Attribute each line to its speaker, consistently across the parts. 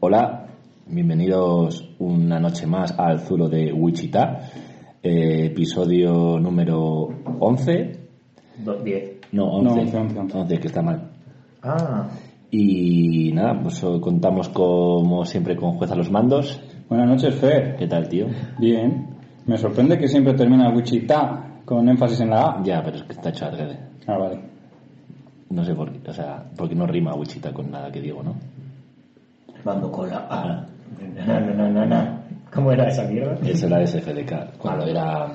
Speaker 1: Hola, bienvenidos una noche más al Zulo de Wichita, eh, episodio número 11.
Speaker 2: Do- diez.
Speaker 1: No, 11,
Speaker 3: No, 11, 11.
Speaker 1: 11, que está mal.
Speaker 2: Ah,
Speaker 1: Y nada, pues hoy contamos como siempre con juez a los mandos.
Speaker 3: Buenas noches, Fer.
Speaker 1: ¿Qué tal, tío?
Speaker 3: Bien. Me sorprende que siempre termina Wichita con énfasis en la A.
Speaker 1: Ya, pero es que está hecho adrede.
Speaker 3: Ah, vale.
Speaker 1: No sé por qué, o sea, porque no rima Wichita con nada que digo, ¿no?
Speaker 2: mando con la A. Na, na, na, na, na. ¿Cómo era esa mierda?
Speaker 1: Esa era SFDK, cuando era...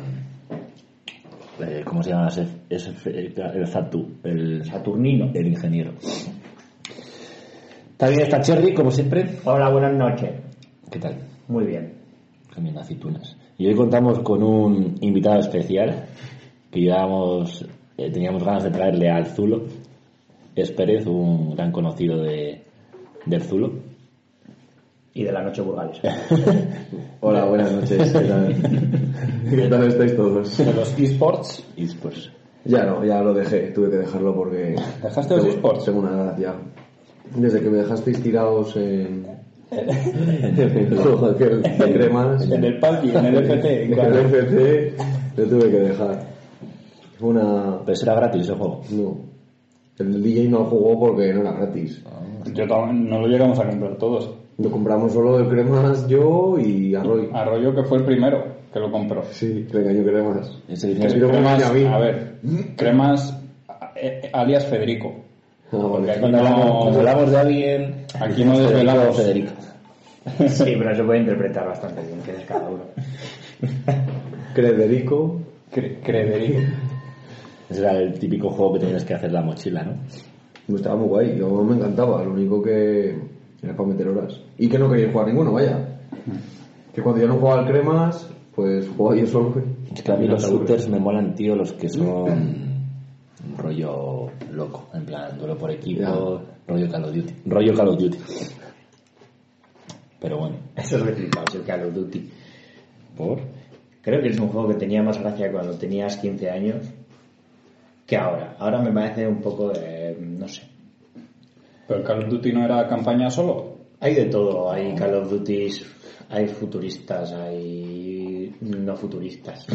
Speaker 1: eh, ¿Cómo se llama? SFDK, el Zatu, el,
Speaker 2: Saturnino.
Speaker 1: el ingeniero. También está Cherry, como siempre.
Speaker 2: Hola, buenas noches.
Speaker 1: ¿Qué tal?
Speaker 2: Muy bien.
Speaker 1: Comiendo aceitunas. Y hoy contamos con un invitado especial que llevábamos, eh, teníamos ganas de traerle al Zulo. Es Pérez, un gran conocido de, del Zulo.
Speaker 2: Y de la noche burgalesa.
Speaker 4: Hola, buenas noches. ¿Qué tal? ¿Qué tal estáis todos?
Speaker 3: De los esports.
Speaker 1: Y pues,
Speaker 4: Ya no, ya lo dejé. Tuve que dejarlo porque...
Speaker 3: ¿Dejaste los
Speaker 4: Tengo-
Speaker 3: esports?
Speaker 4: Tengo una edad ya. Desde que me dejasteis tirados en... en el juego aquel de cremas.
Speaker 3: En el PUBG, en el FT. en
Speaker 4: En el
Speaker 3: cual-
Speaker 4: FC. Lo tuve que dejar. Fue una...
Speaker 1: pues era gratis ese juego.
Speaker 4: No. El DJ no jugó porque no era gratis.
Speaker 3: Yo tam- no lo llegamos a comprar todos.
Speaker 4: Lo compramos solo de cremas yo y Arroy.
Speaker 3: Arroyo, que fue el primero que lo compró.
Speaker 4: Sí, le cayó cremas.
Speaker 1: Ese
Speaker 3: Que
Speaker 1: día-
Speaker 4: Sí. pero
Speaker 3: cremas,
Speaker 4: ya vi.
Speaker 3: a ver, cremas eh, eh, alias Federico.
Speaker 4: Ah,
Speaker 3: Porque
Speaker 4: vale.
Speaker 3: aquí
Speaker 1: Cuando hablamos, cuando
Speaker 3: no,
Speaker 1: hablamos de alguien,
Speaker 3: aquí no
Speaker 1: Federico,
Speaker 3: desvelamos.
Speaker 1: Federico.
Speaker 2: Sí, pero se puede interpretar bastante bien quién es cada uno.
Speaker 4: Crederico.
Speaker 3: Cre- Crederico.
Speaker 1: Ese era el típico juego que tenías que hacer la mochila, ¿no?
Speaker 4: Pues estaba muy guay, yo me encantaba, lo único que era para meter horas. Y que no quería jugar ninguno, vaya. Que cuando yo no jugaba al cremas, pues jugaba yo solo.
Speaker 1: Es que a mí
Speaker 4: Y no
Speaker 1: los
Speaker 4: te aburres.
Speaker 1: shooters me molan, tío, los que son rollo loco, en plan duelo por equipo, rollo Call of Duty, rollo Call of Duty. Pero bueno,
Speaker 2: Eso es lo que flipamos, el Call of Duty.
Speaker 1: por
Speaker 2: Creo que es un juego que tenía más gracia cuando tenías 15 años que ahora. Ahora me parece un poco de... no sé.
Speaker 3: Pero el Call of Duty no era campaña solo.
Speaker 2: Hay de todo, hay Call of Duty, hay futuristas, hay no futuristas,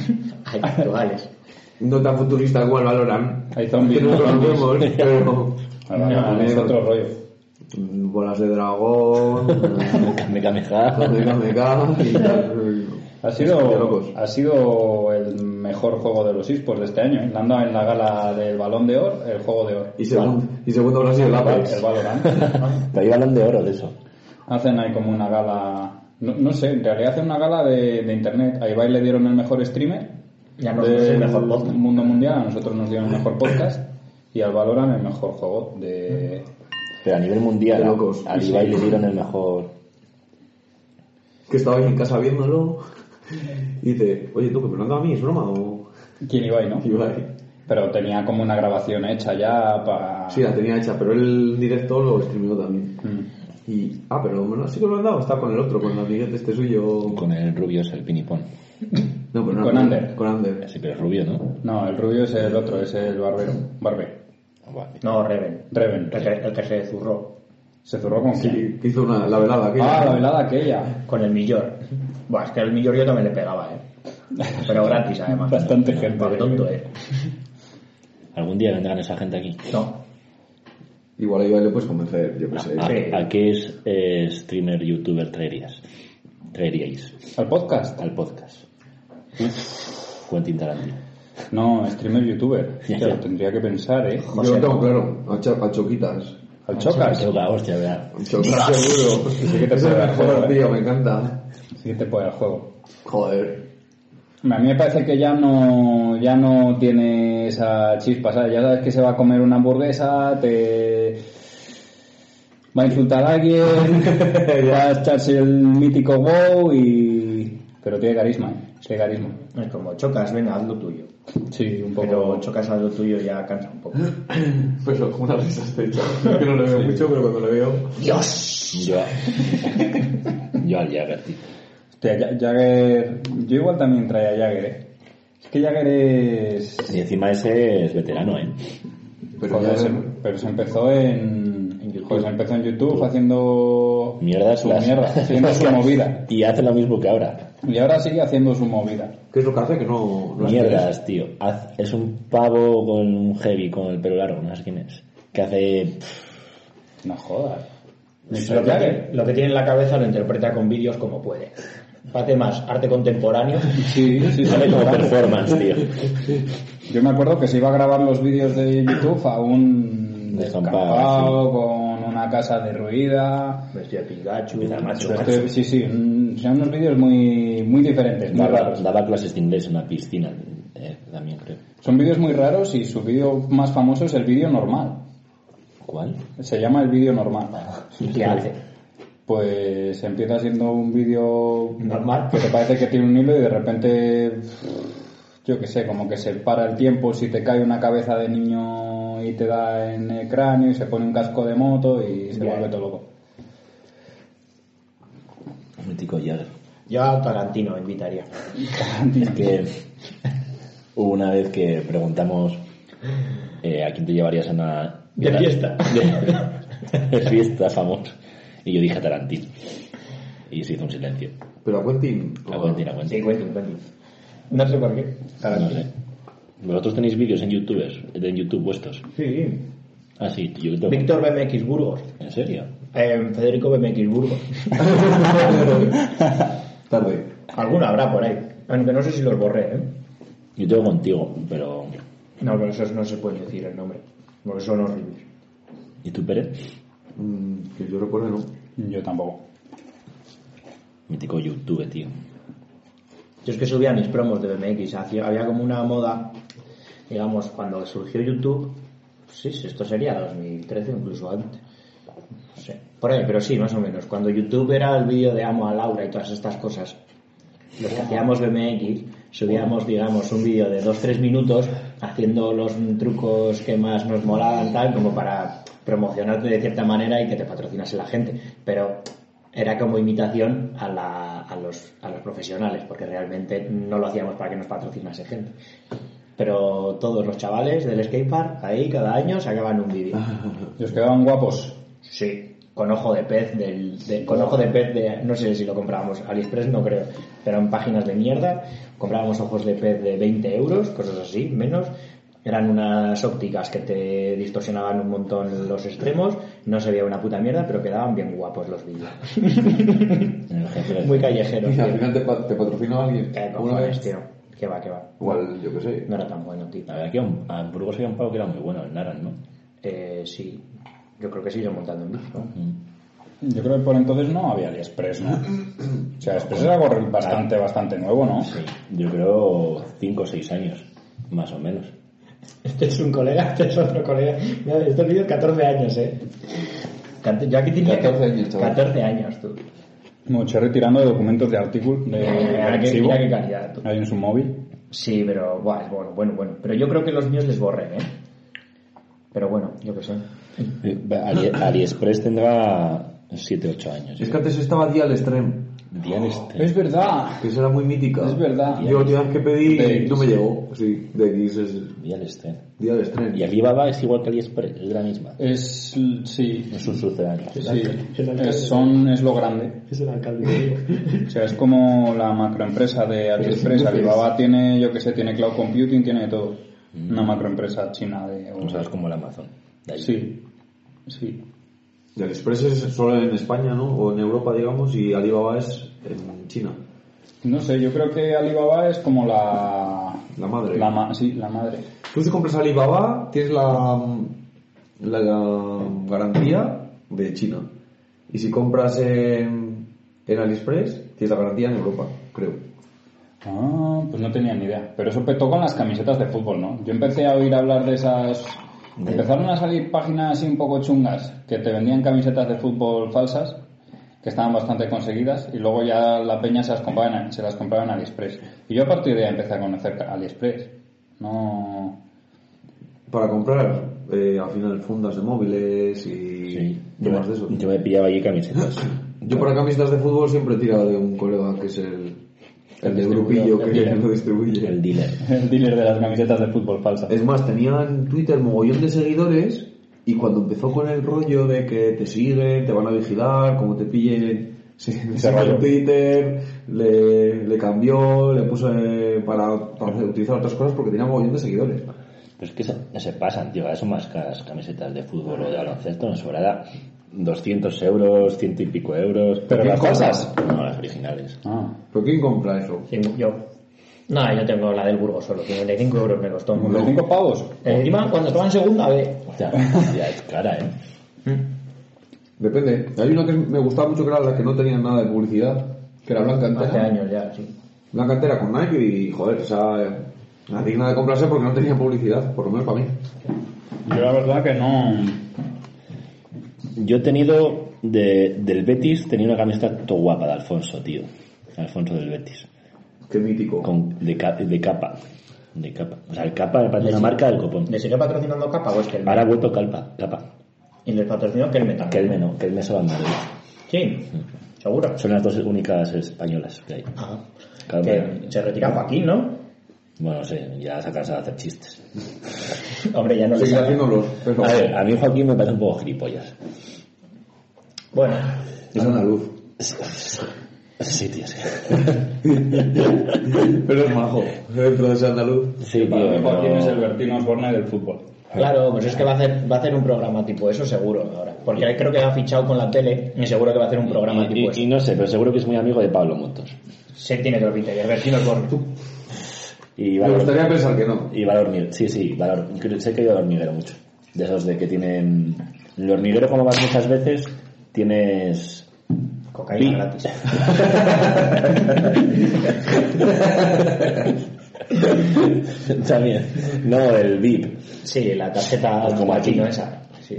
Speaker 2: hay actuales.
Speaker 4: No tan futurista como el Valorant.
Speaker 3: Hay zombies,
Speaker 4: Que no
Speaker 3: ¿no?
Speaker 4: lo vemos, pero...
Speaker 3: Ahora,
Speaker 2: No,
Speaker 3: ahora es
Speaker 4: no.
Speaker 3: otro rollo.
Speaker 4: Mm, Bolas de dragón...
Speaker 1: Kamehameha.
Speaker 4: Meca, meca... y tal.
Speaker 3: Ha
Speaker 4: De
Speaker 3: sido,
Speaker 4: locos.
Speaker 3: ha sido el mejor juego de los esports de este año. ¿eh? Le han dado en la gala del Balón de Oro el juego de Oro.
Speaker 4: Y segundo, y segundo habrá sido el
Speaker 3: El Val-
Speaker 4: Apex.
Speaker 3: el Valorant.
Speaker 1: Te ahí balón de oro de eso.
Speaker 3: Hacen ahí como una gala... No, no sé, en realidad hacen una gala de, de internet. A Ibai le dieron el mejor streamer
Speaker 2: Ya no es el mejor podcast.
Speaker 3: mundo mundial, a nosotros nos dieron el mejor podcast y al Valorant el mejor juego de...
Speaker 1: Pero a nivel mundial,
Speaker 4: Qué locos.
Speaker 1: a Ibai le dieron el mejor.
Speaker 4: Que estaba ahí en casa viéndolo. Y dice, oye tú, que me lo han dado a mí, ¿es broma o...?
Speaker 3: ¿Quién Ibai, no?
Speaker 4: Y yo ahí.
Speaker 3: Pero tenía como una grabación hecha ya para... Mm.
Speaker 4: Sí, la tenía hecha, pero él en directo lo streameó también. Y, ah, pero me lo, sí que me lo han dado, está con el otro, con el amiguete este suyo.
Speaker 1: Con el rubio es el pinipón.
Speaker 4: no, pero no,
Speaker 3: con Ander.
Speaker 4: Con Ander.
Speaker 1: Sí, pero es rubio, ¿no?
Speaker 3: No, el rubio es el otro, es el barbero. Barbe.
Speaker 1: Guau.
Speaker 2: No, Reven.
Speaker 3: Reven.
Speaker 2: El que, el que se zurró
Speaker 3: Se zurró con
Speaker 4: Sí,
Speaker 3: quién?
Speaker 4: que hizo una, la velada aquella.
Speaker 3: Ah, la velada aquella.
Speaker 2: con el Millor. Buah, es que el Millor yo también le pegaba, ¿eh? Pero gratis, además.
Speaker 3: Bastante gente.
Speaker 2: Porque tonto, ¿eh?
Speaker 1: Algún día vendrán esa gente aquí.
Speaker 2: No.
Speaker 4: Igual ahí le puedes convencer, yo qué sé.
Speaker 3: Ah,
Speaker 1: ¿A,
Speaker 2: Sí.
Speaker 1: Ah, a qué es eh, streamer, youtuber traerías? Traeríais
Speaker 3: ¿Al podcast?
Speaker 1: al podcast. Quentin Tarantino.
Speaker 3: No, streamer youtuber.
Speaker 1: Ya,
Speaker 3: Hostia,
Speaker 1: ya.
Speaker 3: lo tendría que pensar, ¿eh?
Speaker 4: Yo lo tengo claro, a, cho- a choquitas.
Speaker 3: ¿Al Chocas?
Speaker 1: Choca, hostia, ¿verdad?
Speaker 4: A choquitas seguro.
Speaker 3: que te
Speaker 4: es
Speaker 3: puede
Speaker 4: el
Speaker 3: dar juego,
Speaker 4: mejor,
Speaker 3: ¿eh?
Speaker 4: tío, me encanta.
Speaker 3: Siguiente por el juego.
Speaker 4: Joder.
Speaker 3: A mí me parece que ya no, ya no tiene esa chispa, ¿sabes? Ya sabes que se va a comer una hamburguesa, te... Va a insultar a alguien, va a echarse el mítico wow y... Pero tiene carisma, ¿eh? Tiene carisma.
Speaker 2: Es como chocas, venga, haz lo tuyo.
Speaker 3: Sí, un poco...
Speaker 2: Pero chocas, haz lo tuyo ya cansa un poco.
Speaker 4: Pero como una risa este chaval. Que no le veo mucho, pero cuando le veo.
Speaker 2: ¡Dios!
Speaker 1: Yo, yo al Jagger, tío.
Speaker 3: Hostia, Ja- Jagger... Yo igual también traía a Jagger, ¿eh? Es que Jagger es...
Speaker 1: Y encima ese es veterano, ¿eh?
Speaker 4: Pero
Speaker 3: Joder,
Speaker 4: ya-
Speaker 3: se- pero se empezó en...
Speaker 2: En YouTube.
Speaker 3: Pues empezó en YouTube haciendo
Speaker 1: Mierda
Speaker 3: su mierda, haciendo su movida.
Speaker 1: Y hace lo mismo que ahora.
Speaker 3: Y ahora sigue haciendo su movida.
Speaker 4: ¿Qué es lo que hace? Que no, no es
Speaker 1: Mierdas, tío. Haz- es un pavo con un heavy, con el pelo largo, no sé quién es. Que hace.
Speaker 3: No jodas. Ni se
Speaker 2: Lo
Speaker 3: lo
Speaker 2: que,
Speaker 3: trague.
Speaker 2: lo que tiene en la cabeza lo interpreta con vídeos como puede. Hace más arte contemporáneo.
Speaker 3: Sí, sí, sí,
Speaker 1: Hace como
Speaker 3: total.
Speaker 1: performance, tío.
Speaker 3: Yo me acuerdo que se iba a grabar los vídeos de YouTube a un
Speaker 1: Descampado,
Speaker 3: descampado con una casa derruida.
Speaker 2: Vestido de Pikachu.
Speaker 1: Mira, macho,
Speaker 2: macho.
Speaker 3: Este- sí, sí, mm, son unos vídeos muy, muy diferentes, muy
Speaker 1: Daba,
Speaker 3: raros.
Speaker 1: daba clases de inglés en una piscina, eh, también creo.
Speaker 3: Son vídeos muy raros y su vídeo más famoso es el vídeo normal.
Speaker 1: ¿Cuál?
Speaker 3: Se llama el vídeo normal.
Speaker 2: ¿Y qué hace?
Speaker 3: Pues empieza siendo un vídeo
Speaker 2: Normal.
Speaker 3: que te parece que tiene un hilo y de repente, yo qué sé, como que se para el tiempo, si te cae una cabeza de niño y te da en el cráneo y se pone un casco de moto y se
Speaker 2: Ya.
Speaker 3: vuelve todo loco.
Speaker 1: Mítico Jagger.
Speaker 2: Yo a Tarantino invitaría.
Speaker 1: Es que hubo una vez que preguntamos eh, a quién te llevarías a una...
Speaker 2: De fiesta.
Speaker 1: De, de fiesta famosa. Y yo dije a Tarantino. Y se hizo un silencio.
Speaker 4: Pero a Quentin...
Speaker 1: A Quentin, a Quentin.
Speaker 2: Sí, Quentin, Quentin. No sé por qué.
Speaker 1: No sé. Vosotros tenéis vídeos en YouTube, en YouTube vuestros.
Speaker 2: Sí.
Speaker 1: Ah, sí, yo lo tengo.
Speaker 2: Víctor BMX Burgos.
Speaker 1: ¿En serio?
Speaker 2: Eh, Federico BMX Burgos.
Speaker 4: Tarde.
Speaker 2: Alguno habrá por ahí. Aunque no sé si los borré, ¿eh?
Speaker 1: Yo tengo contigo, pero...
Speaker 2: No, pero esos no se pueden decir el nombre. Porque son horribles.
Speaker 1: ¿Y tú, Pérez?
Speaker 4: Mm, que yo recuerdo, ¿no?
Speaker 3: Yo tampoco.
Speaker 1: Mítico YouTube, tío.
Speaker 2: Yo es que subía mis promos de BMX, hacía- había como una moda, digamos, cuando surgió YouTube, sí, sí, esto sería 2013 o incluso antes, no sé, por ahí, pero sí, más o menos, cuando YouTube era el vídeo de Amo a Laura y todas estas cosas, los que hacíamos BMX, subíamos, digamos, un vídeo de 2-3 minutos haciendo los trucos que más nos molaban, tal, como para promocionarte de cierta manera y que te patrocinase la gente. Pero era como imitación a, la- a los, a los profesionales, porque realmente no lo hacíamos para que nos patrocinase gente. Pero todos los chavales del skatepark, ahí cada año sacaban un vídeo.
Speaker 3: Y os quedaban guapos.
Speaker 2: Sí, con ojo de pez del, de- con ojo de pez de no sé si lo comprábamos AliExpress no creo, pero en páginas de mierda comprábamos ojos de pez de 20 euros, cosas así, menos. Eran unas ópticas que te distorsionaban un montón los extremos, no se veía una puta mierda, pero quedaban bien guapos los vídeos.
Speaker 1: En el Jerez.
Speaker 2: Muy callejeros.
Speaker 4: Y al
Speaker 2: tío.
Speaker 4: final te, pa- te patrocinó alguien.
Speaker 3: Eh,
Speaker 2: Qué
Speaker 4: ¿Alguna
Speaker 2: cojones, tío. Qué va, qué va.
Speaker 4: Igual, yo qué sé.
Speaker 2: No era tan bueno, tío.
Speaker 1: La verdad que un- a Burgos había un pavo que era muy bueno, el Naran, ¿no?
Speaker 2: Eh, sí, yo creo que sigue montando en bici, ¿no?
Speaker 3: Yo creo que por entonces no había AliExpress, ¿no? O sea, Express era algo bastante, bastante nuevo, ¿no?
Speaker 1: Yo creo 5 o 6 años, más o menos.
Speaker 2: Este es un colega, este es otro colega. Mira, Este vídeo es 14 años, eh. Cant- Yo aquí tenía
Speaker 4: 14 años, chaval.
Speaker 2: 14 años, tú.
Speaker 3: Me estoy retirando de documentos de artículo, de,
Speaker 2: Mira, mira,
Speaker 3: de
Speaker 2: mira qué,
Speaker 3: archivo.
Speaker 2: mira qué calidad, tú.
Speaker 3: Ahí en su móvil.
Speaker 2: Sí, pero buah, es bueno, bueno, bueno. Pero yo creo que los míos les borré, eh. Pero bueno, yo qué sé.
Speaker 1: Ali- AliExpress tendrá 7 8 años.
Speaker 4: Es que antes estaba Dial Extreme,
Speaker 1: Dial este.
Speaker 3: Es verdad.
Speaker 4: que esa era muy mítica.
Speaker 3: Es verdad.
Speaker 4: Yo la última vez que pedí
Speaker 3: De-
Speaker 4: no me llegó. Sí, de X es
Speaker 1: Dial este.
Speaker 4: Dial Extreme.
Speaker 1: Y Alibaba es igual que AliExpress, es la misma.
Speaker 3: Es, sí,
Speaker 1: Es un sucedáneo.
Speaker 3: sí. Es, son, es lo grande.
Speaker 2: Es el alcalde. eh.
Speaker 3: O sea, es como la macroempresa de AliExpress. Alibaba tiene, yo qué sé, tiene cloud computing, tiene de todo. Una macroempresa china de...
Speaker 1: O sea, es como el Amazon. De ahí.
Speaker 3: Sí, sí.
Speaker 4: Dial Express es solo en España, ¿no? O en Europa, digamos, y Alibaba es en China.
Speaker 3: No sé, yo creo que Alibaba es como la...
Speaker 4: La madre.
Speaker 3: La ma- sí, la madre.
Speaker 4: Tú si compras Alibaba, tienes la, la, la garantía de China. Y si compras en, en AliExpress, tienes la garantía en Europa, creo.
Speaker 3: Ah, pues no tenía ni idea. Pero eso petó con las camisetas de fútbol, ¿no? Yo empecé a oír hablar de esas... Empezaron a salir páginas así un poco chungas que te vendían camisetas de fútbol falsas que estaban bastante conseguidas y luego ya la peña se las compraba en, se las compraba en AliExpress. Y yo a partir de ahí empecé a conocer AliExpress. No...
Speaker 4: Para comprar, eh, al final, fundas de móviles y
Speaker 1: Sí.
Speaker 4: temas
Speaker 1: me-
Speaker 4: de eso.
Speaker 1: yo me pillaba allí camisetas.
Speaker 4: Yo para camisetas de fútbol siempre he tirado de un colega que es el, el de grupillo que
Speaker 3: el
Speaker 4: lo distribuye.
Speaker 1: el dealer.
Speaker 3: El dealer de las camisetas de fútbol falsas.
Speaker 4: Es más, tenía en Twitter mogollón de seguidores Y cuando empezó con el rollo de que te siguen, te van a vigilar, como te pillen, se se
Speaker 3: rollo.
Speaker 4: en Twitter, le, le cambió, le puso eh, para, para utilizar otras cosas porque tenía mogollón de seguidores.
Speaker 1: Pero es que se, se pasan, tío. Eso más que las camisetas de fútbol o de baloncesto nos sobrará 200 euros, ciento y pico euros.
Speaker 3: ¿Pero las falsas?
Speaker 1: No, las originales.
Speaker 3: Ah.
Speaker 4: ¿Pero quién compra eso?
Speaker 2: Sí, yo. No, yo tengo la del Burgos solo, 55 euros me costó.
Speaker 3: ¿Con cinco pavos?
Speaker 2: Encima, cuando toman segunda, ve.
Speaker 1: Ya, ya es cara, ¿eh?
Speaker 4: ¿Mm? Depende. Hay una que me gustaba mucho que era la que no tenía nada de publicidad, que era Blanca
Speaker 2: Hace
Speaker 4: Antera.
Speaker 2: años ya, sí.
Speaker 4: Blanca Antera con Nike y, joder, esa eh, la digna de comprarse porque no tenía publicidad, por lo menos para mí.
Speaker 3: Yo la verdad que no...
Speaker 1: Yo he tenido de- del Betis, tenía una camiseta to guapa de Alfonso, tío. Alfonso del Betis.
Speaker 4: Qué mítico.
Speaker 1: Con, de, ca- de capa. De capa. O sea, el capa me parece una marca del copón.
Speaker 2: ¿Le sigue patrocinando Capa o es que el
Speaker 1: Ahora ha vuelto calpa, capa.
Speaker 2: Y les patrocinó que el metal.
Speaker 1: Que el menos, que el meso en Madrid.
Speaker 2: Sí, seguro.
Speaker 1: Son las dos únicas españolas que hay.
Speaker 2: Ah,
Speaker 1: Claro,
Speaker 2: que se retira Joaquín, ¿no?
Speaker 1: Bueno, no sé, ya sacarse a hacer chistes.
Speaker 2: Hombre, ya no le
Speaker 4: Seguir
Speaker 2: sale.
Speaker 4: haciéndolos, pero
Speaker 1: A ver, a mí Joaquín me parece un poco gilipollas.
Speaker 2: Bueno,
Speaker 1: Ah.
Speaker 4: es andaluz.
Speaker 1: Sí, tío, sí.
Speaker 4: Pero es majo, dentro de ese andaluz.
Speaker 1: Sí, tío,
Speaker 3: Para mí Joaquín
Speaker 1: pero-
Speaker 3: es el Bertino Osborne del fútbol.
Speaker 2: claro, pues es que va a hacer, va a hacer un programa tipo eso, seguro, ahora. Porque creo que ha fichado con la tele y seguro que va a hacer un programa
Speaker 1: y,
Speaker 2: tipo
Speaker 1: y-
Speaker 2: eso.
Speaker 1: y no sé, pero seguro que es muy amigo de Pablo Motos.
Speaker 2: Se tiene que olvidar, y el Bertino Osborne.
Speaker 1: Y va,
Speaker 4: Me
Speaker 1: a dormir,
Speaker 4: gustaría pensar que no.
Speaker 1: y va al hormiguero. Sí, sí, va al hor- creo- sé que ha ido al hormiguero mucho. De esos de que tienen... El hormiguero, como vas muchas veces, tienes...
Speaker 2: Cocaína
Speaker 1: Sí.
Speaker 2: gratis.
Speaker 1: También. No, el VIP.
Speaker 2: Sí, la tarjeta
Speaker 1: Pues como aquí.
Speaker 2: Joaquín, esa. Sí.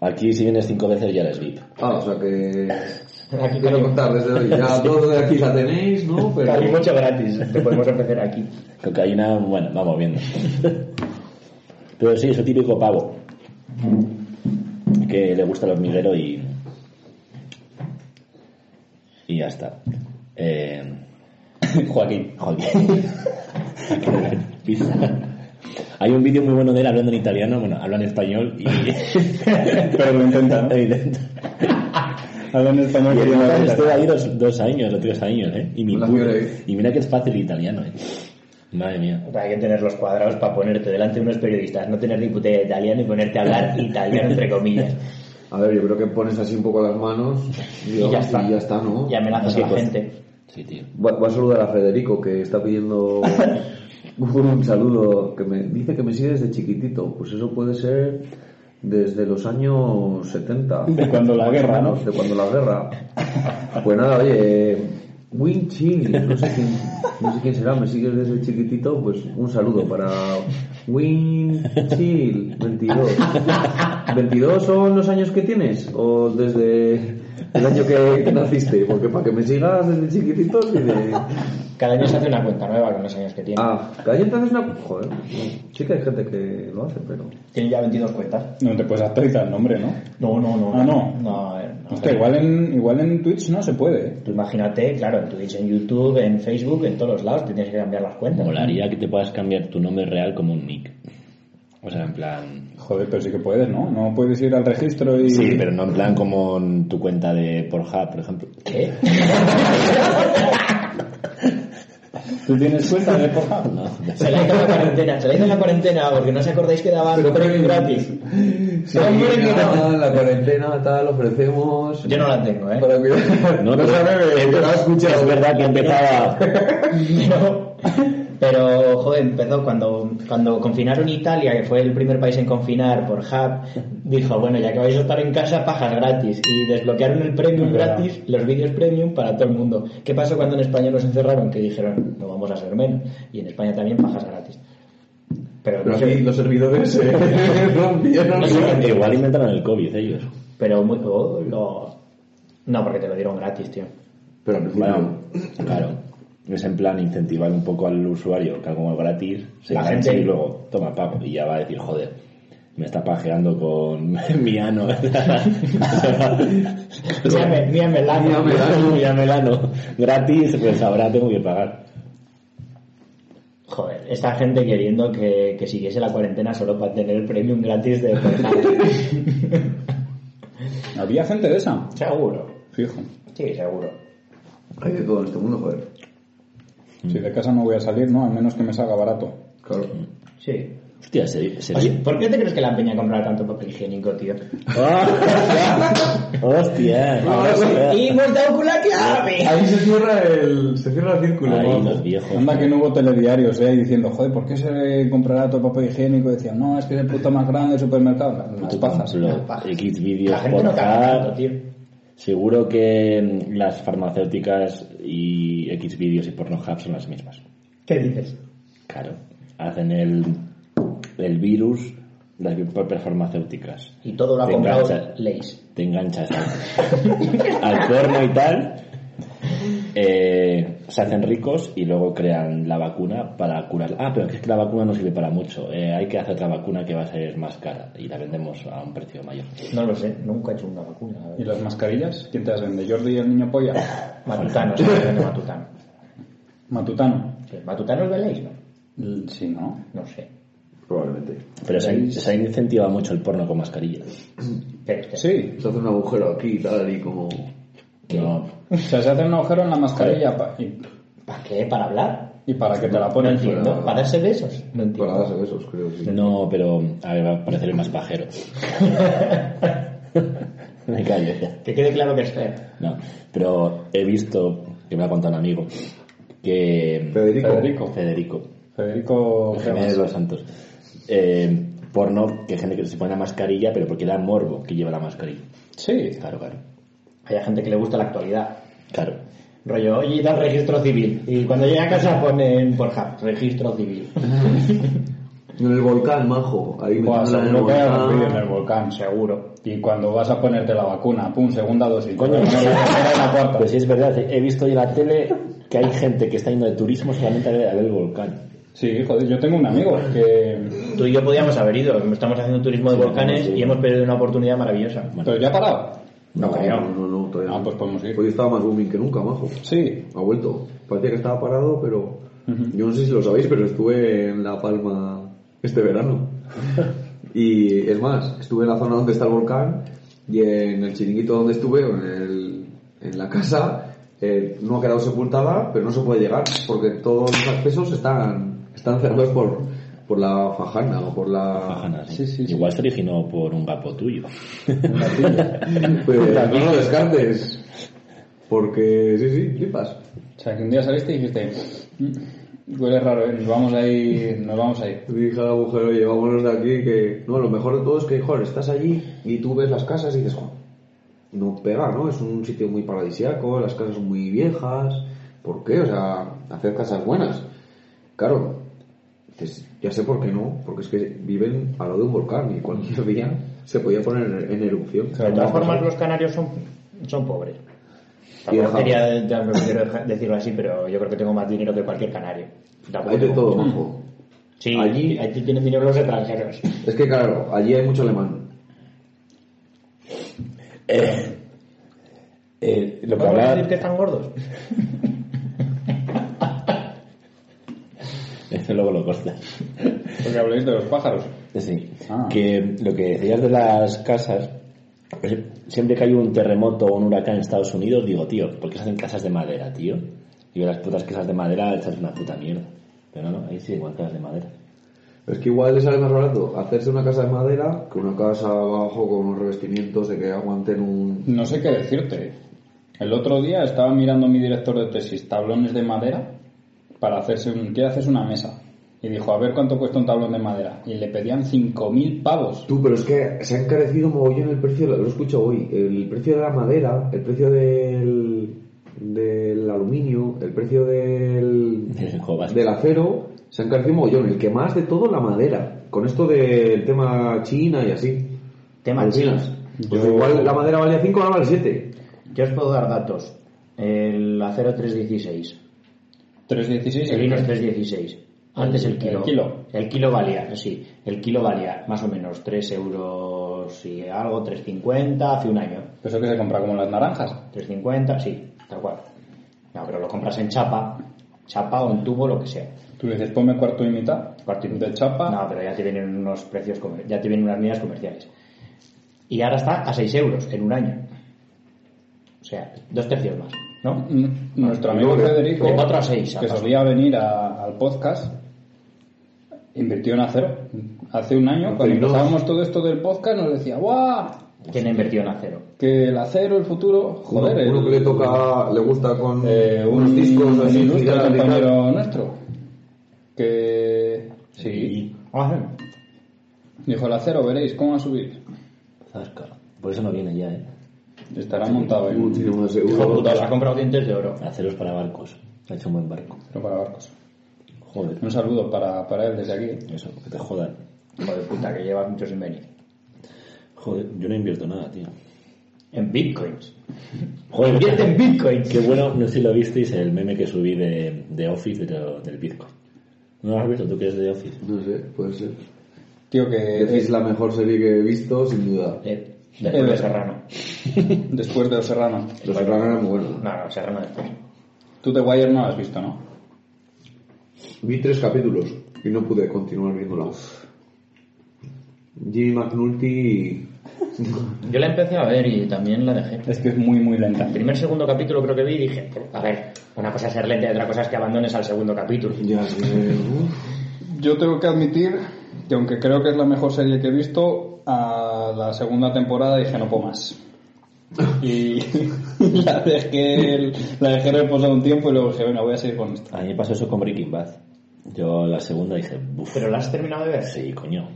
Speaker 1: Aquí si vienes cinco veces ya eres VIP.
Speaker 4: Ah, o sea que...
Speaker 2: Aquí
Speaker 4: Quiero
Speaker 2: con
Speaker 4: contar desde hoy. Ya todos de aquí la tenéis, ¿no?
Speaker 1: Pues
Speaker 4: Pero...
Speaker 2: mucho gratis, te Pues podemos ofrecer aquí.
Speaker 1: Cocaína, bueno, vamos viendo. Pero sí, eso típico pavo. Que le gusta el hormiguero y. Y ya está. Eh, Joaquín. Joaquín. Pizza. Hay un vídeo muy bueno de él hablando en italiano, bueno, habla en español y.
Speaker 3: Pero lo intenta, ¿no?
Speaker 1: Evidente.
Speaker 3: Habla en español que yo no hablo.
Speaker 1: Estuve ahí dos, dos años o tres años, ¿eh? Y, ni
Speaker 4: Una
Speaker 1: puto.
Speaker 4: fiebre.
Speaker 1: y mira que es fácil el italiano, ¿eh? Madre mía.
Speaker 2: Hay que tener los cuadrados para ponerte delante de unos periodistas, no tener ni puta idea de italiano y ponerte a hablar italiano entre comillas.
Speaker 4: A ver, yo creo que pones así un poco las manos
Speaker 2: Y ya está.
Speaker 4: y ya está, ¿no?
Speaker 2: Y amenazas a
Speaker 1: Así
Speaker 2: la
Speaker 1: pues.
Speaker 2: gente.
Speaker 1: Sí, tío.
Speaker 4: Va- Voy a saludar a Federico que está pidiendo un saludo que me dice que me sigue desde chiquitito. Pues eso puede ser desde los años 70.
Speaker 3: De cuando la guerra, ¿no?
Speaker 4: De cuando la guerra. Pues nada, oye, eh, Win Chin, no sé quién, no sé quién será, me sigues desde chiquitito, pues un saludo para Win Chill 22. 22 son los años que tienes o desde el año que, que naciste, porque para que me sigas desde chiquitito tiene
Speaker 2: Cada año se hace una cuenta nueva con los años que tiene.
Speaker 4: Ah, cada año te haces una joder, sí que hay gente que lo hace, pero
Speaker 2: Tiene ya 22 cuentas.
Speaker 3: No te puedes actualizar el nombre, ¿no?
Speaker 2: No, no, no.
Speaker 3: Ah, no.
Speaker 2: No, a ver, no.
Speaker 3: Hostia, igual en, igual en Twitch no se puede, ¿eh?
Speaker 2: Tú imagínate, claro, en Twitch, en YouTube, en Facebook, en todos los lados, te tienes que cambiar las cuentas.
Speaker 1: Molaría que te puedas cambiar tu nombre real como un nick. O sea, en plan...
Speaker 3: Joder, pero sí que puedes, ¿no? No puedes ir al registro y...
Speaker 1: Sí, pero no en plan como en tu cuenta de Pornhub, por ejemplo.
Speaker 2: ¿Qué?
Speaker 3: ¿Tú tienes cuenta de Pornhub?
Speaker 1: No,
Speaker 2: Se la hizo en la cuarentena, se la hizo en la cuarentena, porque no os acordáis que daban premium gratis. Hombre, que no.
Speaker 4: nada, la cuarentena tal ofrecemos
Speaker 2: Yo no la tengo, ¿eh?
Speaker 4: para cuidar.
Speaker 1: No, pero- es verdad que empezaba...
Speaker 2: Pero, pero, joder, empezó cuando, cuando confinaron Italia, que fue el primer país en confinar por Hub, dijo, bueno, ya que vais a estar en casa, pajas gratis. Y desbloquearon el premium
Speaker 3: Es verdad.
Speaker 2: gratis, los vídeos premium para todo el mundo. ¿Qué pasó cuando en España nos encerraron? Que dijeron, no vamos a ser menos. Y en España también pajas gratis. Pero,
Speaker 4: Pero
Speaker 2: no sé-
Speaker 4: aquí los servidores eh, rompieron.
Speaker 1: Igual inventaron el COVID ellos.
Speaker 2: pero muy... oh, lo- No, porque te lo dieron gratis, tío.
Speaker 4: Pero al principio.
Speaker 1: Bueno, claro. Es en plan incentivar un poco al usuario que algo gratis se
Speaker 2: La
Speaker 1: enganche
Speaker 2: gente-
Speaker 1: y luego toma pago y ya va a decir, joder, me está pajeando con mi ano.
Speaker 2: Mírame, mírame el ano.
Speaker 1: Mi ano, mi ano, gratis, pues ahora tengo que pagar.
Speaker 2: Joder, esta gente queriendo que, que siguiese la cuarentena solo para tener el premium gratis de Pornhub.
Speaker 3: Había gente de esa.
Speaker 2: Seguro.
Speaker 3: Fijo.
Speaker 2: Sí, seguro.
Speaker 4: Hay de todo en este mundo, joder.
Speaker 3: Si de casa no voy a salir, ¿no? Al menos que me salga barato.
Speaker 4: Claro.
Speaker 2: Sí.
Speaker 1: Hostia, ¿se, se-
Speaker 2: Oye, ¿por qué te crees que la peña compraba tanto papel higiénico, tío?
Speaker 1: ¡Ah! ¡Hostia! Ahora sí, eh.
Speaker 2: ¡Y vuelta oculata!
Speaker 4: Ahí se cierra el, se cierra el círculo.
Speaker 1: Ay,
Speaker 4: vamos.
Speaker 1: los viejos.
Speaker 3: Anda que no hubo telediarios, ¿eh? Diciendo, joder, ¿por qué se comprará todo el papel higiénico? Y decían, no, es que es el puto más grande del supermercado. Las
Speaker 1: Puto
Speaker 3: pajas.
Speaker 1: complot.
Speaker 2: las pajas.
Speaker 1: X
Speaker 2: La
Speaker 1: vídeos
Speaker 2: gente no
Speaker 1: por
Speaker 2: caga tanto,
Speaker 1: cada...
Speaker 2: tío.
Speaker 1: Seguro que mm, las farmacéuticas y X vídeos y Pornhub son las mismas.
Speaker 2: ¿Qué dices?
Speaker 1: Claro. Hacen el, el virus las propias farmacéuticas.
Speaker 2: Y todo lo ha
Speaker 1: Te
Speaker 2: comprado
Speaker 1: engancha.
Speaker 2: Leis.
Speaker 1: te enganchas al, al porno y tal, eh, se hacen ricos y luego crean la vacuna para curar. Ah, pero es que la vacuna no sirve para mucho. eh, hay que hacer otra vacuna que va a ser más cara y la vendemos a un precio mayor.
Speaker 2: No lo sé, nunca he hecho una vacuna. a
Speaker 3: ¿Y
Speaker 2: ver.
Speaker 3: las mascarillas? ¿Quién te las vende? ¿Jordi y el niño polla?
Speaker 2: Matutano, se llama Matutano.
Speaker 3: ¿Matutano?
Speaker 2: Sí, Matutano es de Leis, ¿no?
Speaker 3: L- Sí, ¿no?
Speaker 2: No sé.
Speaker 4: Probablemente.
Speaker 1: Pero se, ha- se ha incentivado mucho el porno con mascarilla.
Speaker 2: Pero este-
Speaker 3: Sí.
Speaker 4: Se hace un agujero aquí y tal, y como.
Speaker 1: No,
Speaker 3: O sea, se hace un agujero en la mascarilla pa- y,
Speaker 2: ¿Para qué? ¿Para hablar?
Speaker 3: y para que te la
Speaker 2: No
Speaker 3: ponen.
Speaker 2: entiendo. ¿Para darse besos? No
Speaker 4: Para
Speaker 2: entiendo.
Speaker 4: darse besos, creo. Sí.
Speaker 1: no, pero a ver, va a parecer el más pajero. Me callo ya.
Speaker 2: Que quede claro que es feo.
Speaker 1: No, pero he visto, que me lo ha contado un amigo, que
Speaker 4: Federico.
Speaker 3: Federico.
Speaker 1: Federico
Speaker 3: Federico
Speaker 1: Jiménez de los Santos. Eh, porno, que hay gente que se pone la mascarilla, pero porque da morbo que lleva la mascarilla.
Speaker 3: Sí.
Speaker 1: Claro, claro.
Speaker 2: Hay gente que le gusta la actualidad.
Speaker 1: Claro.
Speaker 2: Rollo, oye, da registro civil. Y cuando llega a casa ponen por hub, registro civil.
Speaker 4: En el volcán, majo. Ahí me
Speaker 3: Buah,
Speaker 4: en el
Speaker 3: seguro que hay algún vídeo en el
Speaker 4: volcán.
Speaker 3: volcán.
Speaker 2: Seguro.
Speaker 3: Y cuando vas a ponerte la vacuna, pum, segunda dosis. Coño,
Speaker 1: Pues sí, es verdad. He visto yo en la tele que hay gente que está yendo de turismo solamente a ver, a ver el volcán.
Speaker 3: Sí, joder, yo tengo un amigo que...
Speaker 2: Tú y yo podíamos haber ido. Estamos haciendo turismo de
Speaker 1: Sí,
Speaker 2: volcanes
Speaker 1: sí.
Speaker 2: y hemos perdido una oportunidad maravillosa.
Speaker 3: ¿Pero ya ha parado?
Speaker 4: No, no, no, no, todavía
Speaker 3: Ah,
Speaker 4: no.
Speaker 3: pues podemos ir.
Speaker 4: Hoy estaba más booming que nunca, majo.
Speaker 3: Sí.
Speaker 4: Ha vuelto. Parecía que estaba parado, pero. Yo no sé si lo sabéis, pero estuve en La Palma este verano. y es más, estuve en la zona donde está el volcán y en el chiringuito donde estuve, o en, el- en la casa, eh, no ha quedado sepultada, pero no se puede llegar porque todos los accesos están, están cerrados por, por la fajana o por la.
Speaker 1: Ajá,
Speaker 3: Sí, sí, sí.
Speaker 1: Igual se originó por un gapo tuyo.
Speaker 4: Pues, no lo descartes. Porque, sí, sí, flipas.
Speaker 3: O sea, que un día saliste y dijiste... "Mm, Huele raro, ¿eh? Nos vamos a ir... Nos vamos a ir.
Speaker 4: Le dije a la mujer, oye, vámonos de aquí, que... No, lo mejor de todo es que, joder, estás allí y tú ves las casas y dices, joder, no pega, ¿no? Es un sitio muy paradisiaco, las casas son muy viejas, ¿por qué? O sea, hacer casas buenas. Claro, dices, ya sé por qué no, porque es que viven al lado de un volcán y cualquier día se podía poner en erupción.
Speaker 2: De todas formas, los canarios son, son pobres.
Speaker 4: Y
Speaker 2: Tampoco
Speaker 4: el
Speaker 2: quería de- de- quiero deja- decirlo así, pero yo creo que tengo más dinero que cualquier canario. Tampoco
Speaker 4: Hay de
Speaker 2: tengo
Speaker 4: todo,
Speaker 2: mucho.
Speaker 4: majo.
Speaker 2: Sí, allí,
Speaker 4: Allí-
Speaker 2: allí tienen dinero los extranjeros.
Speaker 4: Es que, claro, allí hay mucho alemán.
Speaker 1: Eh, lo que
Speaker 2: ¿Podemos
Speaker 1: hablaba-
Speaker 2: decir que están gordos?
Speaker 1: Eso luego lo cortas.
Speaker 3: Porque habléis de los pájaros.
Speaker 1: Sí.
Speaker 3: Ah.
Speaker 1: Que lo que decías de las casas, pues, siempre que hay un terremoto o un huracán en Estados Unidos, digo, tío, ¿por qué se hacen casas de madera, tío? Y las putas casas de madera hechas una puta mierda. Pero no, no, ahí sí igual casas de madera.
Speaker 4: Es que igual le sale más barato hacerse una casa de madera que una casa abajo con unos revestimientos de que aguanten un...
Speaker 3: No sé qué decirte. El otro día estaba mirando mi director de tesis tablones de madera para hacerse un... Quiere hacerse una mesa. Y dijo, a ver cuánto cuesta un tablón de madera. Y le pedían 5.000 pavos.
Speaker 4: Tú, pero es que se ha encarecido mogollón el precio, lo he escuchado hoy, el precio de la madera, el precio del, del aluminio, el precio del,
Speaker 1: Joder.
Speaker 4: del acero, se ha encarecido mogollón, el que más de todo la madera, con esto del tema China y así.
Speaker 2: Tema
Speaker 4: Alucinas.
Speaker 2: China.
Speaker 4: Pues
Speaker 3: Yo-
Speaker 4: igual la madera valía 5, ahora vale 7.
Speaker 2: Yo os puedo dar datos. El acero 316.
Speaker 3: 3.16.
Speaker 2: El vino es 316. Antes el
Speaker 3: El
Speaker 2: kilo.
Speaker 3: kilo.
Speaker 2: El kilo valía, sí. El kilo valía más o menos 3 euros y algo, 3.50 hace un año.
Speaker 3: Eso que se compra como las naranjas.
Speaker 2: 3.50, sí, tal cual. No, pero lo compras en chapa chapa o en tubo, lo que sea.
Speaker 3: Tú dices, ponme cuarto y mitad.
Speaker 2: Cuarto y
Speaker 3: De chapa.
Speaker 2: No, pero ya te vienen unos precios, comer- ya te vienen unas medidas comerciales. Y ahora está a 6 euros en un año. O sea, dos tercios más, ¿no?
Speaker 3: N- Mm, Nuestro amigo
Speaker 2: Luego,
Speaker 3: Federico,
Speaker 2: de cuatro a seis,
Speaker 3: que
Speaker 2: acaso.
Speaker 3: solía venir a- al podcast, invirtió en acero. Hace un año, cuando
Speaker 4: Pero no.
Speaker 3: empezábamos todo esto del podcast, nos decía, ¡guau!
Speaker 2: ¿Quién ha invertido en acero?
Speaker 3: Que el acero, el futuro, joder.
Speaker 4: uno, uno
Speaker 3: el-
Speaker 4: que le toca, le gusta con
Speaker 3: eh, un
Speaker 4: eh, unos discos
Speaker 3: un
Speaker 4: así
Speaker 3: ilustre
Speaker 4: girar y tal.
Speaker 3: compañero nuestro. Que. Sí.
Speaker 2: Ah,
Speaker 3: Dijo el acero, veréis cómo va a subir.
Speaker 1: Zasca. Por eso no viene ya, ¿eh?
Speaker 3: Estará montado en.
Speaker 4: Muchísimo más
Speaker 2: Hijo de
Speaker 4: seguro.
Speaker 2: puta, se ha comprado dientes de oro.
Speaker 1: Aceros para barcos. Ha hecho un buen barco.
Speaker 3: Pero para barcos.
Speaker 1: Joder.
Speaker 3: Un saludo para, para él desde aquí.
Speaker 1: Eso, que te jodan.
Speaker 2: Hijo de puta, que lleva mucho sin venir.
Speaker 1: Joder, yo no invierto nada, tío.
Speaker 2: En bitcoins.
Speaker 1: Joder,
Speaker 2: Invierte en bitcoins.
Speaker 1: Qué bueno, no sé si lo visteis, el meme que subí de, de Office de lo- del Bitcoin. ¿No lo has visto tú que es de Office?
Speaker 4: No sé, puede ser.
Speaker 3: Tío, que
Speaker 4: Es la mejor serie que he visto, sin duda.
Speaker 2: Eh, después de Serrano.
Speaker 3: después de Los Serrano.
Speaker 4: Los Serrano era muy bueno.
Speaker 2: No, no, Serrano después.
Speaker 3: Tú The Wire no lo has visto, ¿no?
Speaker 4: Vi tres capítulos y no pude continuar viéndola. Jimmy McNulty.
Speaker 2: Yo la empecé a ver y también la dejé.
Speaker 3: Es que es muy, muy lenta.
Speaker 2: El primer segundo capítulo creo que vi y dije, a ver, una cosa es ser lenta y otra cosa es que abandones al segundo capítulo.
Speaker 4: Ya eh. sé.
Speaker 3: Yo tengo que admitir que aunque creo que es la mejor serie que he visto, a la segunda temporada dije no puedo más. Y la dejé, la dejé reposar un tiempo y luego dije, bueno, voy a seguir con esto.
Speaker 1: A mí me pasó eso con Breaking Bad. Yo la segunda dije, buf.
Speaker 2: ¿Pero la has terminado de ver?
Speaker 1: Sí, coño.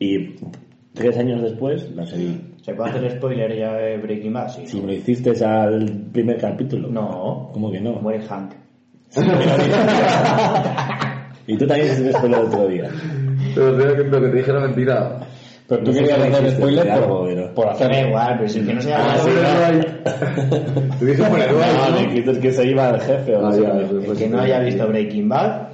Speaker 1: Y tres años después la seguí.
Speaker 2: ¿Se puede hacer spoiler ya de Breaking Bad? Sí.
Speaker 1: Si me lo hiciste al primer capítulo.
Speaker 2: No.
Speaker 1: ¿Cómo que no?
Speaker 2: Muere Hank.
Speaker 1: Y tú también hiciste eso el otro día.
Speaker 4: Pero creo que lo que te dije era mentira.
Speaker 3: Pero tú
Speaker 1: No sé
Speaker 3: querías
Speaker 1: qué
Speaker 3: hacer
Speaker 1: dijiste,
Speaker 3: spoiler
Speaker 1: algo,
Speaker 3: por,
Speaker 1: pero-
Speaker 3: por hacer
Speaker 2: Da igual, pero si es que no se llama
Speaker 4: Ah, sí, Ah, Te dije por el
Speaker 1: No,
Speaker 4: ¿no?
Speaker 1: me dijiste que se iba al jefe o no
Speaker 4: Ah,
Speaker 1: sé
Speaker 4: ya,
Speaker 1: qué.
Speaker 4: eso.
Speaker 2: El que no haya visto Breaking Bad,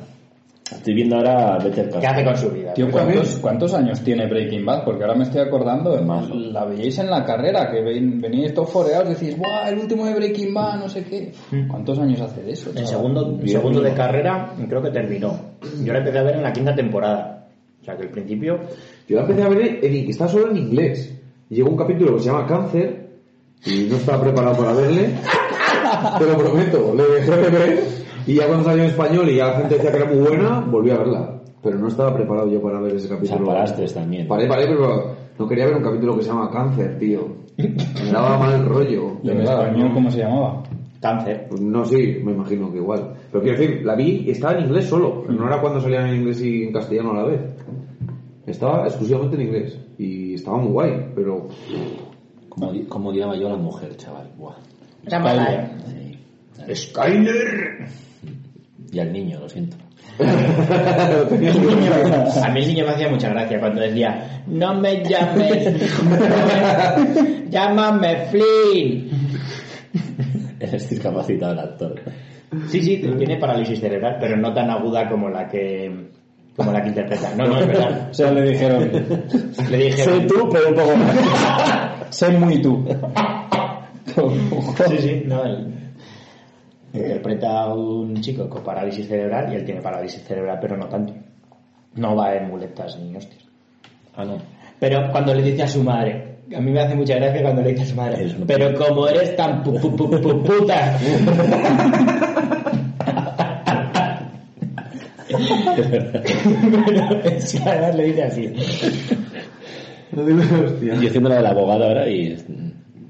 Speaker 1: Estoy viendo ahora Better Call
Speaker 2: ¿qué hace con su vida?
Speaker 3: Tío,
Speaker 4: También.
Speaker 3: ¿cuántos, cuántos años tiene Breaking Bad? Porque ahora me estoy acordando,
Speaker 1: Más.
Speaker 3: la veíais en la carrera, que ven- veníais todos foreados, decís, ¡guau, el último de Breaking Bad, no sé qué! ¿Cuántos años hace de eso?
Speaker 2: En
Speaker 3: chaval?
Speaker 2: segundo, en
Speaker 1: Dios
Speaker 2: segundo
Speaker 1: mío.
Speaker 2: de carrera creo que terminó. Yo la empecé a ver en la quinta temporada. O sea que al principio...
Speaker 4: Yo la empecé a ver en, está solo en inglés. Llegó un capítulo que se llama Cáncer y no estaba preparado para verle. Te lo prometo, le dejé de ver y ya cuando salió en español y ya la gente decía que era muy buena, volví a verla. Pero no estaba preparado yo para ver ese
Speaker 1: O sea,
Speaker 4: capítulo.
Speaker 1: paraste también.
Speaker 4: Paré, paré, pero no quería ver un capítulo que se llama Cáncer, tío. Me daba mal rollo.
Speaker 3: ¿Y
Speaker 4: de
Speaker 3: en
Speaker 4: verdad.
Speaker 3: español cómo se llamaba?
Speaker 2: Cáncer.
Speaker 4: Pues no, sí, me imagino que igual. Pero quiero decir, la vi, estaba en inglés solo. No era cuando salían en inglés y en castellano a la vez. Estaba exclusivamente en inglés. Y estaba muy guay, pero...
Speaker 1: ¿Cómo, di- cómo odiaba yo a la mujer, chaval? Buah.
Speaker 2: Skyler.
Speaker 1: Sí.
Speaker 2: Skyler.
Speaker 1: Y al niño, lo siento.
Speaker 2: A mí el niño me hacía mucha gracia cuando decía, no me llames, llámame Flynn.
Speaker 1: Eres discapacitado el actor.
Speaker 2: Sí, sí, tiene parálisis cerebral, pero no tan aguda como la que como la que interpreta. No, no, es verdad.
Speaker 3: O sea, le dijeron,
Speaker 2: Le dije,
Speaker 1: tú, pero un poco más.
Speaker 3: sé muy tú.
Speaker 2: sí, sí, no, él interpreta a un chico con parálisis cerebral y él tiene parálisis cerebral, pero no tanto. No va en muletas ni hostias.
Speaker 1: Ah, no.
Speaker 2: Pero cuando le dice a su madre, a mí me hace mucha gracia cuando le dice a su madre,
Speaker 1: Eso no
Speaker 2: pero como eres tan pu- pu- pu- pu- puta, Pero es que además le dice así.
Speaker 4: No digo, hostia.
Speaker 1: Yo haciendo la del abogado ahora y es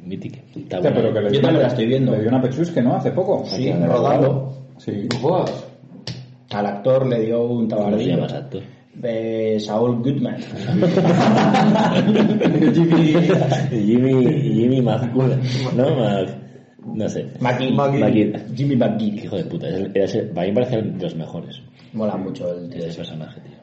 Speaker 1: mítica. Está buena.
Speaker 3: pero que le
Speaker 2: Yo también la estoy viendo.
Speaker 3: Le dio una pechusque, ¿no? Hace poco.
Speaker 1: Sí,
Speaker 3: Aquí,
Speaker 1: rodando.
Speaker 3: Sí.
Speaker 4: No jodas.
Speaker 2: Al actor le dio un
Speaker 1: ¿Cómo se
Speaker 2: tabardillo
Speaker 1: llama ese actor?
Speaker 2: de Saul Goodman.
Speaker 1: Jimmy... Jimmy... Jimmy Macula. No, Mac... No sé.
Speaker 2: McGee.
Speaker 4: McGee.
Speaker 1: McGee.
Speaker 2: Jimmy
Speaker 1: Qué
Speaker 2: McGee.
Speaker 1: Hijo de puta. Es el- era ese- para mí me parece el de los mejores.
Speaker 2: Mola mucho el tío.
Speaker 1: De ese personaje, tío.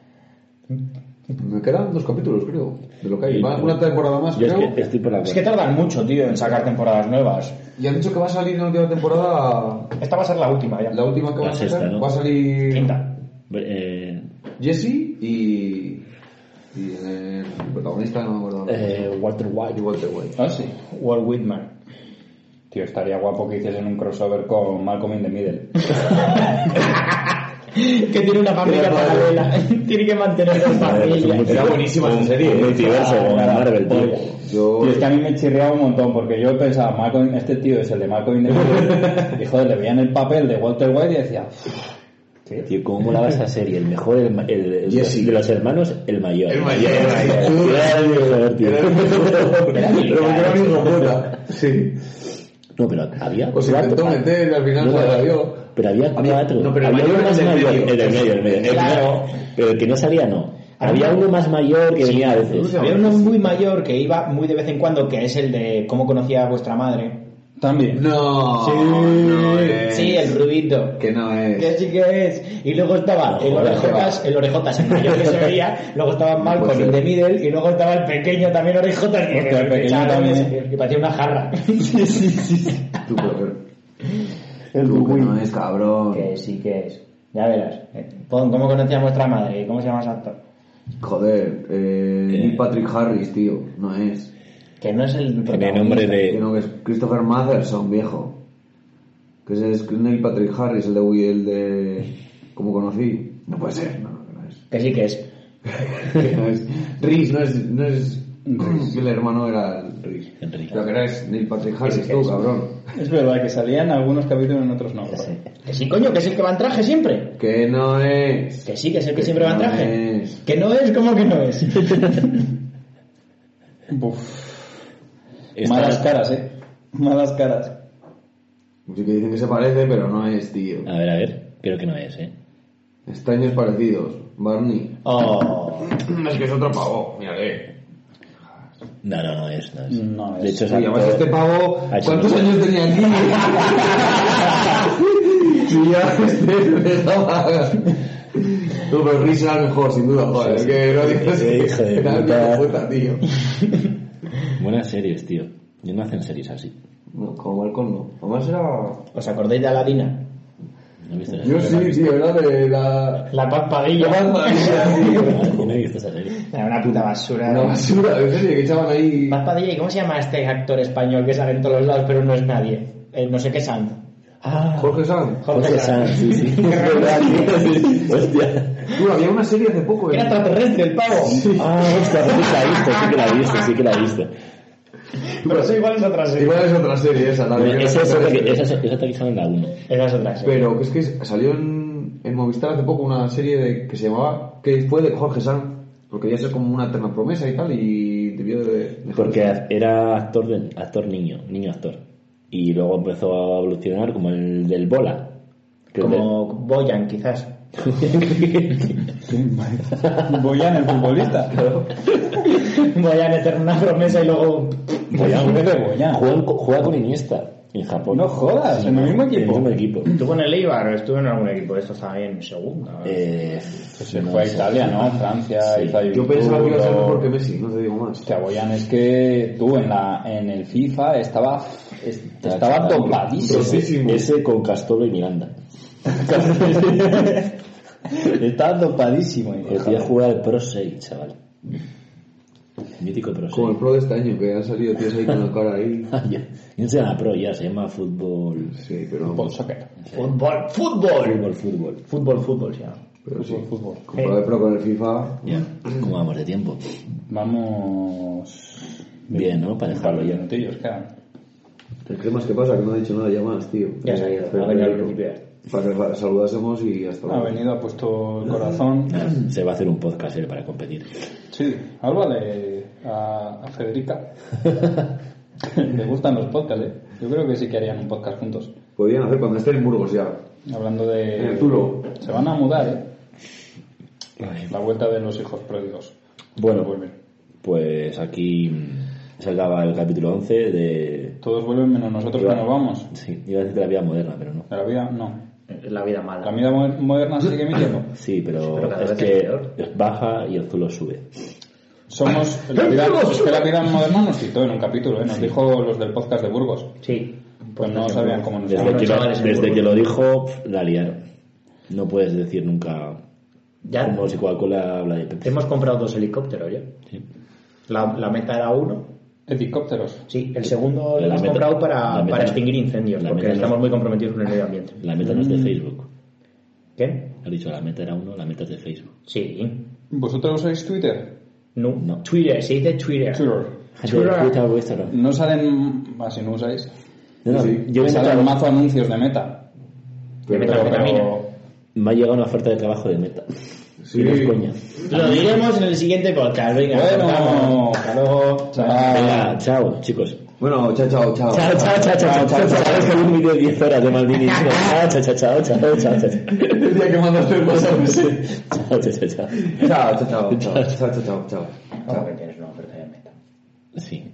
Speaker 4: Me quedan dos capítulos, creo. De lo que hay.
Speaker 1: Sí,
Speaker 4: Va-
Speaker 1: sí.
Speaker 4: Una temporada más,
Speaker 1: Yo es
Speaker 4: creo.
Speaker 1: que estoy por la
Speaker 2: Es que tardan mucho, tío, en sacar temporadas nuevas.
Speaker 4: Y han dicho que va a salir la última temporada...
Speaker 2: Esta va a ser la última ya.
Speaker 4: La última que
Speaker 1: La
Speaker 4: va a sacar.
Speaker 1: sexta, ¿no?
Speaker 4: Va a salir...
Speaker 2: Quinta.
Speaker 1: Eh...
Speaker 4: Jesse y... Y el
Speaker 2: Eh,
Speaker 4: protagonista, no me acuerdo.
Speaker 1: eh, Walter White.
Speaker 4: Y Walter White.
Speaker 3: Ah, sí.
Speaker 2: Walt Whitman.
Speaker 3: Tío, estaría guapo que hiciesen un crossover con Malcolm in the Middle.
Speaker 2: que tiene una familia paralela. tiene que mantener a su
Speaker 1: eh,
Speaker 2: familia.
Speaker 1: Era buenísima esa serie. multiverso
Speaker 3: Ah,
Speaker 1: con
Speaker 3: claro.
Speaker 1: Marvel, tío.
Speaker 4: Yo,
Speaker 3: Tío, es que a mí me chirriaba un montón porque yo pensaba, Malcolm- este tío es el de Malcolm in the Middle. y joder, le veían el papel de Walter White y decía,
Speaker 1: Tío, ¿cómo molaba esa serie? El mejor el, ma- el- el-
Speaker 4: Jesse.
Speaker 1: de los hermanos, el mayor.
Speaker 4: El mayor, el mayor.
Speaker 1: Tío, era el mejor, tío.
Speaker 4: Pero porque era un hijo puta. Sí.
Speaker 1: No, pero había
Speaker 4: O se intentó
Speaker 1: cuatro-
Speaker 4: meter y al final
Speaker 1: No,
Speaker 4: se la
Speaker 1: pero,
Speaker 4: dio.
Speaker 1: pero había cuatro.
Speaker 4: no, pero el
Speaker 1: había
Speaker 4: mayor
Speaker 1: uno
Speaker 4: es
Speaker 1: más
Speaker 4: el
Speaker 1: mayor.
Speaker 4: medio.
Speaker 1: El del medio, el medio. El
Speaker 2: Claro.
Speaker 1: primero, pero el que no salía, no. Había uno más mayor que venía a veces.
Speaker 2: Había uno muy mayor que iba muy de vez en cuando, que es el de cómo conocía a vuestra madre.
Speaker 3: también.
Speaker 4: No.
Speaker 2: Sí,
Speaker 4: no es.
Speaker 2: sí, el rubito.
Speaker 4: Que no es.
Speaker 2: Que sí que es. Y luego estaba el
Speaker 4: Joder,
Speaker 2: orejotas, el orejotas, el mayor que se veía, luego estaba Malcolm
Speaker 4: Puede
Speaker 2: in the
Speaker 4: ser.
Speaker 2: Middle, y luego estaba el pequeño también orejotas, que,
Speaker 3: Hostia, el pequeño
Speaker 2: chaval,
Speaker 3: también.
Speaker 2: que- que parecía una jarra.
Speaker 4: Tú, pero- Tú, que no eh. es, cabrón.
Speaker 2: que sí que es. Ya verás. Eh, pon ¿Cómo conocía a vuestra madre? ¿Y ¿Cómo se llama ese actor?
Speaker 4: Joder. Eh, Neil Patrick Harris, tío. No es.
Speaker 2: Que no es el
Speaker 1: En el nombre
Speaker 4: Que
Speaker 1: de.
Speaker 4: no es Christopher Matherson, viejo. Que ese es Neil Patrick Harris, el de. Wii- El de ¿Cómo conocí? No puede ser. No, no, que no es.
Speaker 2: Que sí que es.
Speaker 4: no es Riz, no es, no es el hermano era el Riz.
Speaker 1: Enrique.
Speaker 4: Lo que era es Neil Patrick Harris, tú, cabrón.
Speaker 3: Es verdad que salían algunos capítulos en otros no.
Speaker 2: Que sí, coño, que es el que va en traje siempre.
Speaker 4: Que no es.
Speaker 2: Que sí, que es el que siempre va en
Speaker 4: no
Speaker 2: traje.
Speaker 4: es.
Speaker 2: Que no es, ¿cómo que no es?
Speaker 3: Uf,
Speaker 1: Estaba-
Speaker 3: malas caras, eh. Malas caras.
Speaker 4: Sí que dicen que se parece, pero no es, tío.
Speaker 1: A ver, a ver. Creo que no es, ¿eh?
Speaker 4: Extraños parecidos. Barney.
Speaker 2: Oh.
Speaker 4: Es que es otro pavo, eh. mírale.
Speaker 1: No, no, no es. No es.
Speaker 3: No es.
Speaker 1: de hecho, es
Speaker 4: Y además
Speaker 1: actor-
Speaker 4: este pavo,
Speaker 1: Ha hecho
Speaker 4: ¿cuántos
Speaker 1: mucho.
Speaker 4: años tenía aquí? Si ya este dejaba. No, pero Riz era el mejor, sin duda, joder.
Speaker 1: Sí,
Speaker 4: Es que no digas
Speaker 1: sí, hijo de
Speaker 4: era el
Speaker 1: puta.
Speaker 4: hijo de puta, tío. este-
Speaker 1: Buenas series, tío. Y no hacen series así.
Speaker 4: No, como Malcolm no. Además era...
Speaker 2: ¿Os acordáis de Aladina?
Speaker 1: No he visto esa
Speaker 4: Yo
Speaker 1: serie.
Speaker 4: sí, tío, era de la...
Speaker 2: La Paz Padilla.
Speaker 1: Yo no he visto esa serie.
Speaker 2: Era una puta basura. ¿eh?
Speaker 4: Una basura, en serio, que echaban ahí...
Speaker 2: Paz Padilla, ¿y cómo se llama este actor español que sale en todos los lados pero no es nadie? El no sé qué santo. Ah,
Speaker 4: Jorge Sanz.
Speaker 1: Jorge Sanz, sí, sí. Es verdad, tío, sí. Hostia.
Speaker 4: Tú, había una serie hace poco.
Speaker 2: Era
Speaker 4: ¿eh?
Speaker 2: extraterrestre el pavo.
Speaker 1: Ah, hostia, sí que la he visto, sí que la he visto, sí que la he visto.
Speaker 2: Pero eso igual es otra serie.
Speaker 4: Igual es otra serie esa,
Speaker 3: Ah,
Speaker 4: la de-
Speaker 1: Bueno, esa es otra que, esa, es- esa otra que sale en la 1.
Speaker 2: Esa es otra serie.
Speaker 4: Pero que es que salió en, en Movistar hace poco una serie de, que se llamaba... Que fue de Jorge Sanz. Porque ya ser como una eterna promesa y tal, y debió de... de-
Speaker 1: Porque era actor, de, actor niño, niño actor. Y luego empezó a evolucionar como el del bola. Que el
Speaker 2: Como Boyan, quizás.
Speaker 3: Boyan, el futbolista.
Speaker 2: Boyan, eterna promesa y luego...
Speaker 1: del- Boyan,
Speaker 3: Hombre, Boyan.
Speaker 1: Juega, con- juega con Iniesta en Japón.
Speaker 3: No jodas, en el mismo
Speaker 1: En el
Speaker 3: equipo.
Speaker 1: mismo equipo.
Speaker 2: ¿Estuvo en el Eibar o estuvo en algún equipo de estos también? Segunda.
Speaker 1: Eh,
Speaker 3: Ah, pues Se
Speaker 1: no
Speaker 3: fue a
Speaker 1: sé.
Speaker 3: Italia, ¿no? Francia,
Speaker 1: Sí.
Speaker 3: hizo ahí
Speaker 4: Yo
Speaker 3: un
Speaker 4: pensaba que iba a ser
Speaker 3: tour,
Speaker 4: mejor que
Speaker 3: lo-
Speaker 4: Messi, no te digo más.
Speaker 3: Hostia, Boyan, es que tú en, la, en el FIFA estaba, es- estaba
Speaker 1: chaval.
Speaker 3: topadísimo.
Speaker 4: Rosísimo.
Speaker 1: Ese con Castolo y Miranda.
Speaker 3: estaba topadísimo. hijo.
Speaker 1: Decía jugar al Pro 6, chaval. Mítico Pro
Speaker 4: Como el
Speaker 1: 6.
Speaker 4: pro de este año, que han salido tíos ahí con la cara ahí.
Speaker 1: Ah, ya. No se llama Pro ya, se llama fútbol.
Speaker 4: Sí, pero...
Speaker 3: Fútbol, soccer.
Speaker 2: Eh, Fútbol, fútbol.
Speaker 1: Fútbol, fútbol.
Speaker 2: Fútbol, fútbol, sí.
Speaker 4: Pero sí.
Speaker 3: Fútbol.
Speaker 4: Comparado de pro con el FIFA.
Speaker 1: Ya. ¿Cómo vamos de tiempo?
Speaker 3: Vamos...
Speaker 1: Bien, ¿no? Para
Speaker 3: Para
Speaker 1: dejarlo
Speaker 3: los
Speaker 1: ya.
Speaker 3: minutillos, claro.
Speaker 4: El cremas que pasa, que no ha dicho nada ya más, tío.
Speaker 2: Ya se ha ido,
Speaker 4: Pero-
Speaker 2: ha venido al principio.
Speaker 4: Para que la saludásemos y hasta
Speaker 3: Ha
Speaker 4: luego.
Speaker 3: venido, ha puesto el corazón.
Speaker 1: Nada, Se va a hacer un podcast eh, para competir.
Speaker 3: Sí, háblale a, a Federica. Le gustan los podcasts, ¿eh? Yo creo que sí que harían un podcast juntos.
Speaker 4: Podrían hacer cuando esté en Burgos ya.
Speaker 3: Hablando
Speaker 4: En
Speaker 3: de...
Speaker 4: el Zulo.
Speaker 3: Se van a mudar, ¿eh? La vuelta de los hijos pródigos.
Speaker 1: Bueno.
Speaker 3: vuelven.
Speaker 1: Pues aquí mm, se acaba el capítulo 11 de.
Speaker 3: Todos vuelven menos nosotros que nos vamos.
Speaker 1: Sí, iba a decir de la vida moderna, pero no.
Speaker 3: De la vida, no.
Speaker 2: Es la vida mala.
Speaker 3: La vida mo- moderna sigue emitiendo.
Speaker 1: Sí, pero,
Speaker 2: Pero cada
Speaker 1: es
Speaker 2: vez
Speaker 1: que
Speaker 2: es peor.
Speaker 1: es baja y el zulo sube.
Speaker 3: Somos... La vida, es que la vida moderna nos citó en un capítulo, ¿eh? Nos dijo los del podcast de Burgos.
Speaker 2: Sí.
Speaker 3: Pues no sabían cómo nos
Speaker 1: Desde,
Speaker 2: Bueno,
Speaker 1: que, lo,
Speaker 2: chavales, en
Speaker 1: desde
Speaker 2: Burgos.
Speaker 1: que lo dijo, pf, la liaron. No puedes decir nunca
Speaker 2: Ya
Speaker 1: como si Coca-Cola habla de Pepsi.
Speaker 2: hemos comprado dos helicópteros, ya.
Speaker 1: Sí.
Speaker 2: La, la meta era uno.
Speaker 3: Helicópteros.
Speaker 2: Sí, el segundo lo
Speaker 1: La
Speaker 2: hemos
Speaker 1: meta-
Speaker 2: comprado
Speaker 1: la
Speaker 2: para,
Speaker 1: meta
Speaker 2: para
Speaker 1: no-
Speaker 2: extinguir incendios,
Speaker 1: la
Speaker 2: porque
Speaker 1: meta no-
Speaker 2: estamos muy comprometidos con el medio ambiente.
Speaker 1: La meta no es de
Speaker 2: Mm.
Speaker 1: Facebook.
Speaker 2: ¿Qué?
Speaker 1: Has dicho, la meta era uno, la meta es de Facebook.
Speaker 2: Sí.
Speaker 5: ¿Vosotros usáis Twitter?
Speaker 2: No. Twitter, se dice Twitter.
Speaker 3: Twitter.
Speaker 1: Yo he escuchado esto, ¿no?
Speaker 3: No salen, así no usáis,
Speaker 1: No, no, yo me he
Speaker 3: salen
Speaker 1: encontrado-
Speaker 3: mazo anuncios de meta.
Speaker 2: De metanfetamina.
Speaker 1: me ha llegado una oferta de trabajo de meta.
Speaker 4: Sí.
Speaker 1: Y no es coña.
Speaker 2: Lo diremos en el siguiente podcast. Venga,
Speaker 3: Bueno.
Speaker 2: cortamos. hasta luego.
Speaker 3: Chao.
Speaker 1: Venga, chao, chicos.
Speaker 4: Bueno, chao, chao, chao.
Speaker 1: Chao, chao, chao, chao, chao. Sabes que hay un vídeo de 10 horas de Maldini. Chao, chao, chao, chao, chao, chao, chao.
Speaker 4: Tendría que mandarle cosas.
Speaker 1: Chao, chao, chao, chao.
Speaker 4: Chao, chao, chao, chao, chao, chao, chao.
Speaker 2: ¿Cómo que tienes una oferta de meta?
Speaker 1: Sí.